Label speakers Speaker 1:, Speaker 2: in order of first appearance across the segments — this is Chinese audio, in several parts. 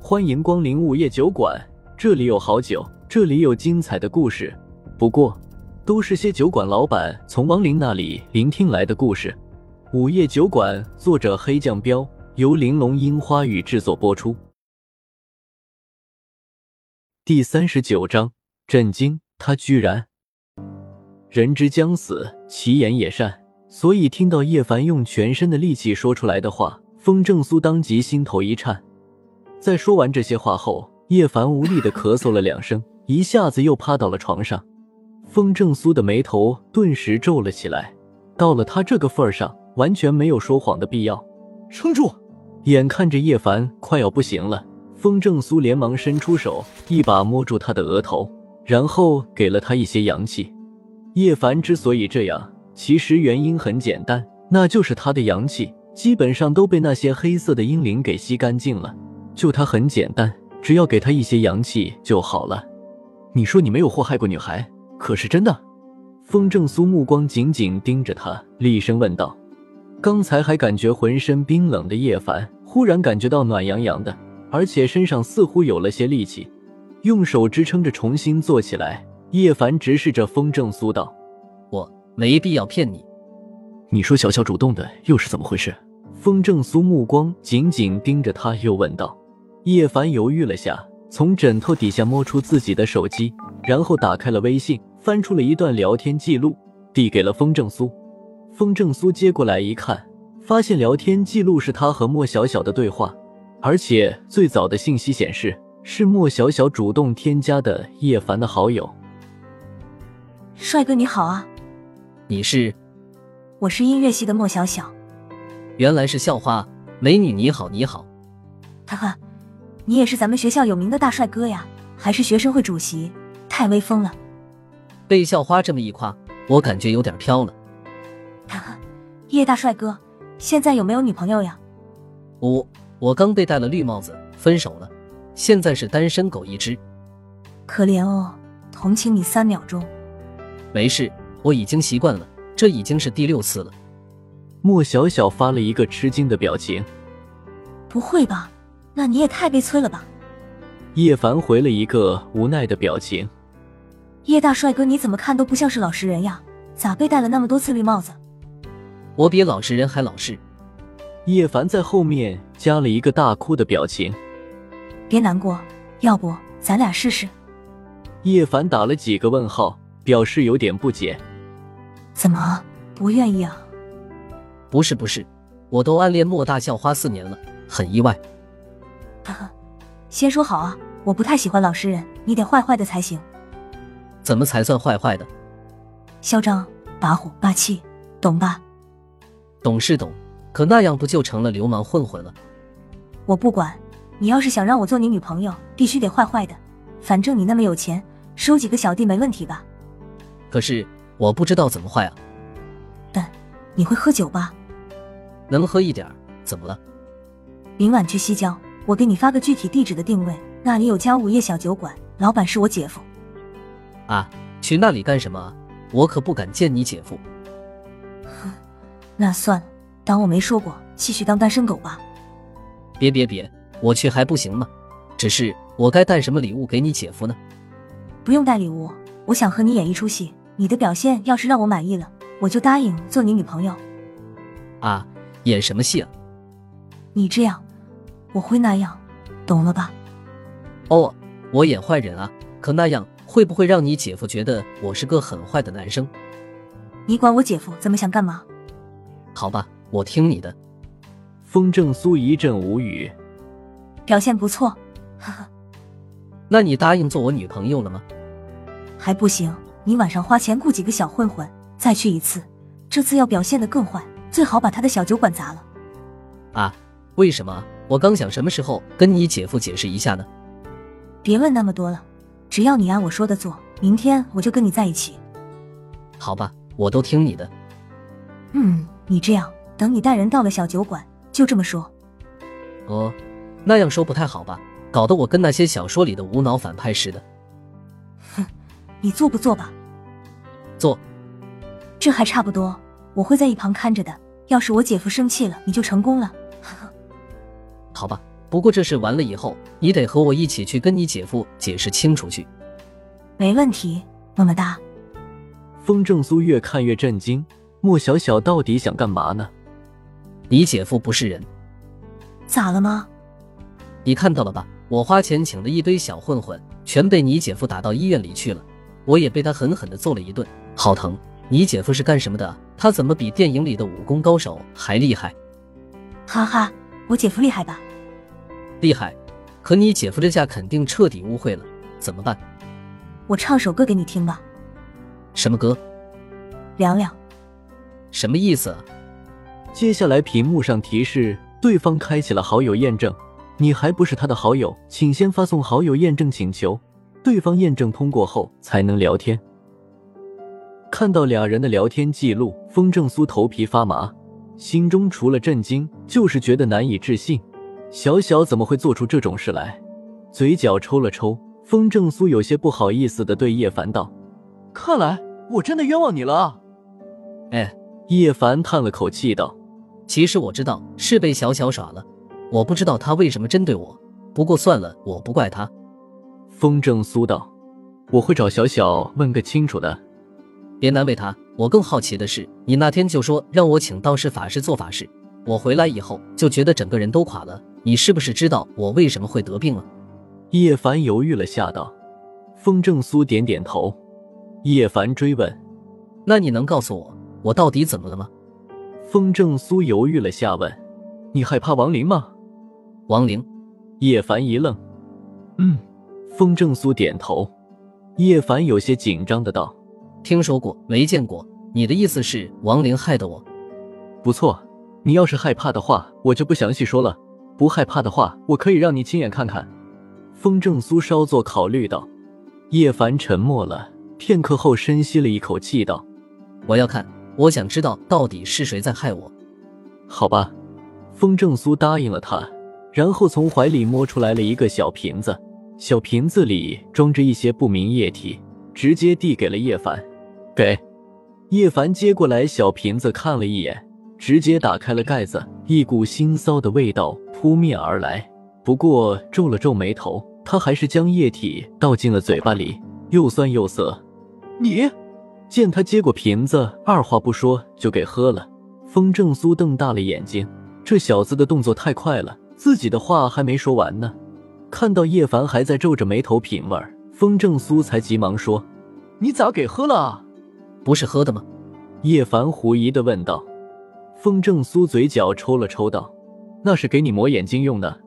Speaker 1: 欢迎光临午夜酒馆，这里有好酒，这里有精彩的故事。不过，都是些酒馆老板从亡灵那里聆听来的故事。午夜酒馆，作者黑酱标，由玲珑樱花雨制作播出。第三十九章，震惊！他居然人之将死，其言也善。所以听到叶凡用全身的力气说出来的话，风正苏当即心头一颤。在说完这些话后，叶凡无力的咳嗽了两声，一下子又趴到了床上。风正苏的眉头顿时皱了起来。到了他这个份儿上，完全没有说谎的必要。
Speaker 2: 撑住！
Speaker 1: 眼看着叶凡快要不行了，风正苏连忙伸出手，一把摸住他的额头，然后给了他一些阳气。叶凡之所以这样，其实原因很简单，那就是他的阳气基本上都被那些黑色的阴灵给吸干净了。救他很简单，只要给他一些阳气就好了。
Speaker 2: 你说你没有祸害过女孩，可是真的？
Speaker 1: 风正苏目光紧紧盯着他，厉声问道：“刚才还感觉浑身冰冷的叶凡，忽然感觉到暖洋洋的，而且身上似乎有了些力气。用手支撑着重新坐起来，叶凡直视着风正苏道：‘
Speaker 3: 我没必要骗你。’
Speaker 2: 你说小小主动的，又是怎么回事？”
Speaker 1: 风正苏目光紧紧盯着他，又问道。叶凡犹豫了下，从枕头底下摸出自己的手机，然后打开了微信，翻出了一段聊天记录，递给了风正苏。风正苏接过来一看，发现聊天记录是他和莫小小的对话，而且最早的信息显示是莫小小主动添加的叶凡的好友。
Speaker 4: 帅哥你好啊，
Speaker 3: 你是？
Speaker 4: 我是音乐系的莫小小。
Speaker 3: 原来是校花，美女你好你好，
Speaker 4: 哈哈。你也是咱们学校有名的大帅哥呀，还是学生会主席，太威风了。
Speaker 3: 被校花这么一夸，我感觉有点飘了。
Speaker 4: 哈哈，叶大帅哥，现在有没有女朋友呀？
Speaker 3: 我我刚被戴了绿帽子，分手了，现在是单身狗一只。
Speaker 4: 可怜哦，同情你三秒钟。
Speaker 3: 没事，我已经习惯了，这已经是第六次了。
Speaker 1: 莫小小发了一个吃惊的表情。
Speaker 4: 不会吧？那你也太悲催了吧！
Speaker 1: 叶凡回了一个无奈的表情。
Speaker 4: 叶大帅哥，你怎么看都不像是老实人呀，咋被戴了那么多次绿帽子？
Speaker 3: 我比老实人还老实。
Speaker 1: 叶凡在后面加了一个大哭的表情。
Speaker 4: 别难过，要不咱俩试试？
Speaker 1: 叶凡打了几个问号，表示有点不解。
Speaker 4: 怎么不愿意啊？
Speaker 3: 不是不是，我都暗恋莫大校花四年了，很意外。
Speaker 4: 哈哈，先说好啊，我不太喜欢老实人，你得坏坏的才行。
Speaker 3: 怎么才算坏坏的？
Speaker 4: 嚣张、跋扈、霸气，懂吧？
Speaker 3: 懂是懂，可那样不就成了流氓混混了？
Speaker 4: 我不管，你要是想让我做你女朋友，必须得坏坏的。反正你那么有钱，收几个小弟没问题吧？
Speaker 3: 可是我不知道怎么坏啊。
Speaker 4: 嗯，你会喝酒吧？
Speaker 3: 能喝一点儿，怎么了？
Speaker 4: 明晚去西郊。我给你发个具体地址的定位，那里有家午夜小酒馆，老板是我姐夫。
Speaker 3: 啊，去那里干什么啊？我可不敢见你姐夫。
Speaker 4: 哼，那算了，当我没说过，继续当单身狗吧。
Speaker 3: 别别别，我去还不行吗？只是我该带什么礼物给你姐夫呢？
Speaker 4: 不用带礼物，我想和你演一出戏，你的表现要是让我满意了，我就答应做你女朋友。
Speaker 3: 啊，演什么戏啊？
Speaker 4: 你这样。我会那样，懂了吧？
Speaker 3: 哦，我演坏人啊，可那样会不会让你姐夫觉得我是个很坏的男生？
Speaker 4: 你管我姐夫怎么想干嘛？
Speaker 3: 好吧，我听你的。
Speaker 1: 风正苏一阵无语，
Speaker 4: 表现不错，呵呵。
Speaker 3: 那你答应做我女朋友了吗？
Speaker 4: 还不行，你晚上花钱雇几个小混混，再去一次。这次要表现的更坏，最好把他的小酒馆砸了。
Speaker 3: 啊？为什么？我刚想什么时候跟你姐夫解释一下呢？
Speaker 4: 别问那么多了，只要你按我说的做，明天我就跟你在一起。
Speaker 3: 好吧，我都听你的。
Speaker 4: 嗯，你这样，等你带人到了小酒馆，就这么说。
Speaker 3: 哦，那样说不太好吧？搞得我跟那些小说里的无脑反派似的。
Speaker 4: 哼，你做不做吧？
Speaker 3: 做。
Speaker 4: 这还差不多，我会在一旁看着的。要是我姐夫生气了，你就成功了。
Speaker 3: 好吧，不过这事完了以后，你得和我一起去跟你姐夫解释清楚去。
Speaker 4: 没问题，么么哒。
Speaker 1: 风正苏越看越震惊，莫小小到底想干嘛呢？
Speaker 3: 你姐夫不是人，
Speaker 4: 咋了吗？
Speaker 3: 你看到了吧？我花钱请的一堆小混混，全被你姐夫打到医院里去了，我也被他狠狠的揍了一顿，好疼！你姐夫是干什么的啊？他怎么比电影里的武功高手还厉害？
Speaker 4: 哈哈，我姐夫厉害吧？
Speaker 3: 厉害！可你姐夫这下肯定彻底污秽了，怎么办？
Speaker 4: 我唱首歌给你听吧，
Speaker 3: 什么歌？
Speaker 4: 凉凉。
Speaker 3: 什么意思啊？
Speaker 1: 接下来屏幕上提示对方开启了好友验证，你还不是他的好友，请先发送好友验证请求，对方验证通过后才能聊天。看到俩人的聊天记录，风正苏头皮发麻，心中除了震惊，就是觉得难以置信。小小怎么会做出这种事来？嘴角抽了抽，风正苏有些不好意思的对叶凡道
Speaker 2: 看来我真的冤枉你了啊！
Speaker 3: 哎，：“
Speaker 1: 叶凡叹了口气道，
Speaker 3: 其实我知道是被小小耍了，我不知道他为什么针对我。不过算了，我不怪他。
Speaker 1: 风正苏道，我会找小小问个清楚的。
Speaker 3: 别难为他。我更好奇的是，你那天就说让我请道士、法师做法事，我回来以后就觉得整个人都垮了。你是不是知道我为什么会得病了？”
Speaker 1: 叶凡犹豫了下道，风正苏点点头。叶凡追问，
Speaker 3: 那你能告诉我我到底怎么了吗？
Speaker 1: 风正苏犹豫了下问，
Speaker 2: 你害怕亡灵吗？
Speaker 3: 王玲，
Speaker 1: 叶凡一愣，
Speaker 2: 嗯，
Speaker 1: 风正苏点头。叶凡有些紧张的道
Speaker 3: 听说过没见过？你的意思是王玲害得我？
Speaker 2: 不错。你要是害怕的话，我就不详细说了；不害怕的话，我可以让你亲眼看看。：“
Speaker 1: 风正苏稍作考虑道。”叶凡沉默了片刻后，深吸了一口气道
Speaker 3: 我要看，我想知道到底是谁在害我。：“
Speaker 1: 好吧。”风正苏答应了他，然后从怀里摸出来了一个小瓶子，小瓶子里装着一些不明液体，直接递给了叶凡。
Speaker 2: 给
Speaker 1: 叶凡接过来小瓶子看了一眼，直接打开了盖子，一股腥臊的味道扑面而来。不过皱了皱眉头，他还是将液体倒进了嘴巴里，又酸又涩。
Speaker 2: 你，
Speaker 1: 见他接过瓶子，二话不说就给喝了。风正苏瞪大了眼睛，这小子的动作太快了，自己的话还没说完呢。看到叶凡还在皱着眉头品味儿，风正苏才急忙说
Speaker 2: 你咋给喝了啊？
Speaker 3: 不是喝的吗？：“
Speaker 1: 叶凡狐疑的问道。”风正苏嘴角抽了抽道：“那是给你抹眼睛用的。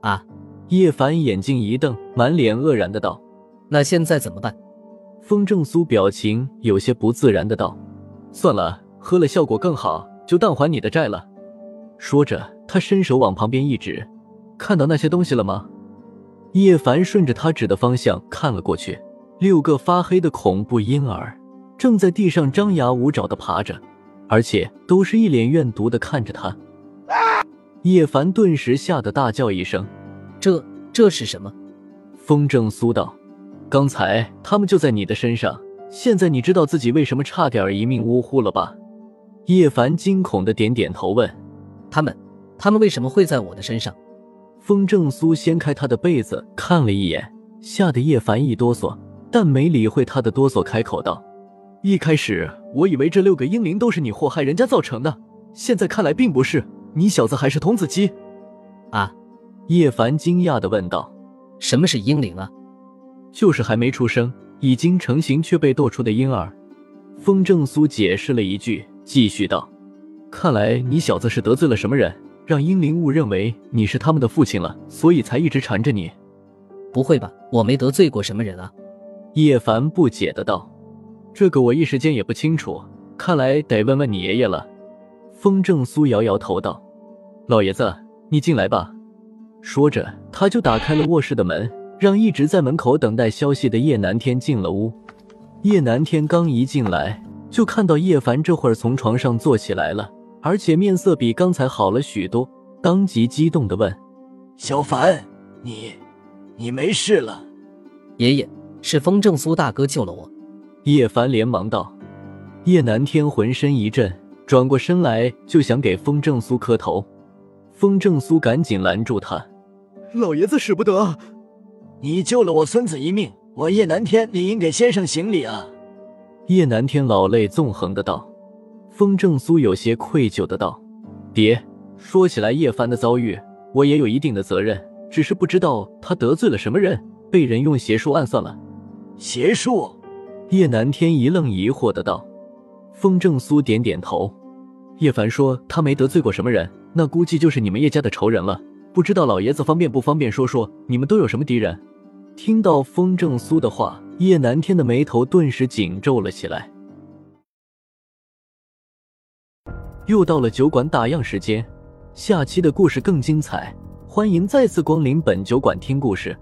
Speaker 3: 啊，”
Speaker 1: 叶凡眼睛一瞪，满脸愕然的道。
Speaker 3: 那现在怎么办？
Speaker 1: 风正苏表情有些不自然的道：“
Speaker 2: 算了，喝了效果更好，就当还你的债了。
Speaker 1: 说着，他伸手往旁边一指，
Speaker 2: 看到那些东西了吗？
Speaker 1: 叶凡顺着他指的方向看了过去，六个发黑的恐怖婴儿正在地上张牙舞爪的爬着，而且都是一脸怨毒的看着他。叶凡顿时吓得大叫一声。
Speaker 3: 这这是什么？
Speaker 1: 风正苏道：“刚才他们就在你的身上，现在你知道自己为什么差点一命呜呼了吧？”叶凡惊恐的点点头问。
Speaker 3: 他们他们为什么会在我的身上？
Speaker 1: 风正苏掀开他的被子看了一眼，吓得叶凡一哆嗦，但没理会他的哆嗦，开口道
Speaker 2: 一开始我以为这六个英灵都是你祸害人家造成的，现在看来并不是。你小子还是童子鸡。
Speaker 3: 啊，：“
Speaker 1: 叶凡惊讶地问道，
Speaker 3: 什么是英灵啊？
Speaker 1: 就是还没出生，已经成型却被剁出的婴儿。”风正苏解释了一句，继续道
Speaker 2: 看来你小子是得罪了什么人，让英灵误认为你是他们的父亲了，所以才一直缠着你。
Speaker 3: 不会吧，我没得罪过什么人啊？：“
Speaker 1: 叶凡不解的道，
Speaker 2: 这个我一时间也不清楚，看来得问问你爷爷了。
Speaker 1: 风正苏摇摇头道。”
Speaker 2: 老爷子，你进来吧。
Speaker 1: 说着，他就打开了卧室的门，让一直在门口等待消息的叶南天进了屋。叶南天刚一进来，就看到叶凡这会儿从床上坐起来了，而且面色比刚才好了许多，当即激动地问
Speaker 2: 小凡，你，你没事了？
Speaker 3: 爷爷，是风正苏大哥救了我。
Speaker 1: 叶凡连忙道：“叶南天浑身一震，转过身来就想给风正苏磕头。”风正苏赶紧拦住他，
Speaker 2: 老爷子使不得啊！
Speaker 5: 你救了我孙子一命，我叶南天理应给先生行礼啊！
Speaker 1: 叶南天老泪纵横的道。风正苏有些愧疚的道：“别说起来，叶凡的遭遇，我也有一定的责任，只是不知道他得罪了什么人，被人用邪术暗算了。”
Speaker 5: 邪术？
Speaker 1: 叶南天一愣疑惑的道。风正苏点点头。叶凡说他没得罪过什么人，那估计就是你们叶家的仇人了。不知道老爷子方便不方便说说你们都有什么敌人？听到风正苏的话，叶南天的眉头顿时紧皱了起来。又到了酒馆打烊时间，下期的故事更精彩，欢迎再次光临本酒馆听故事。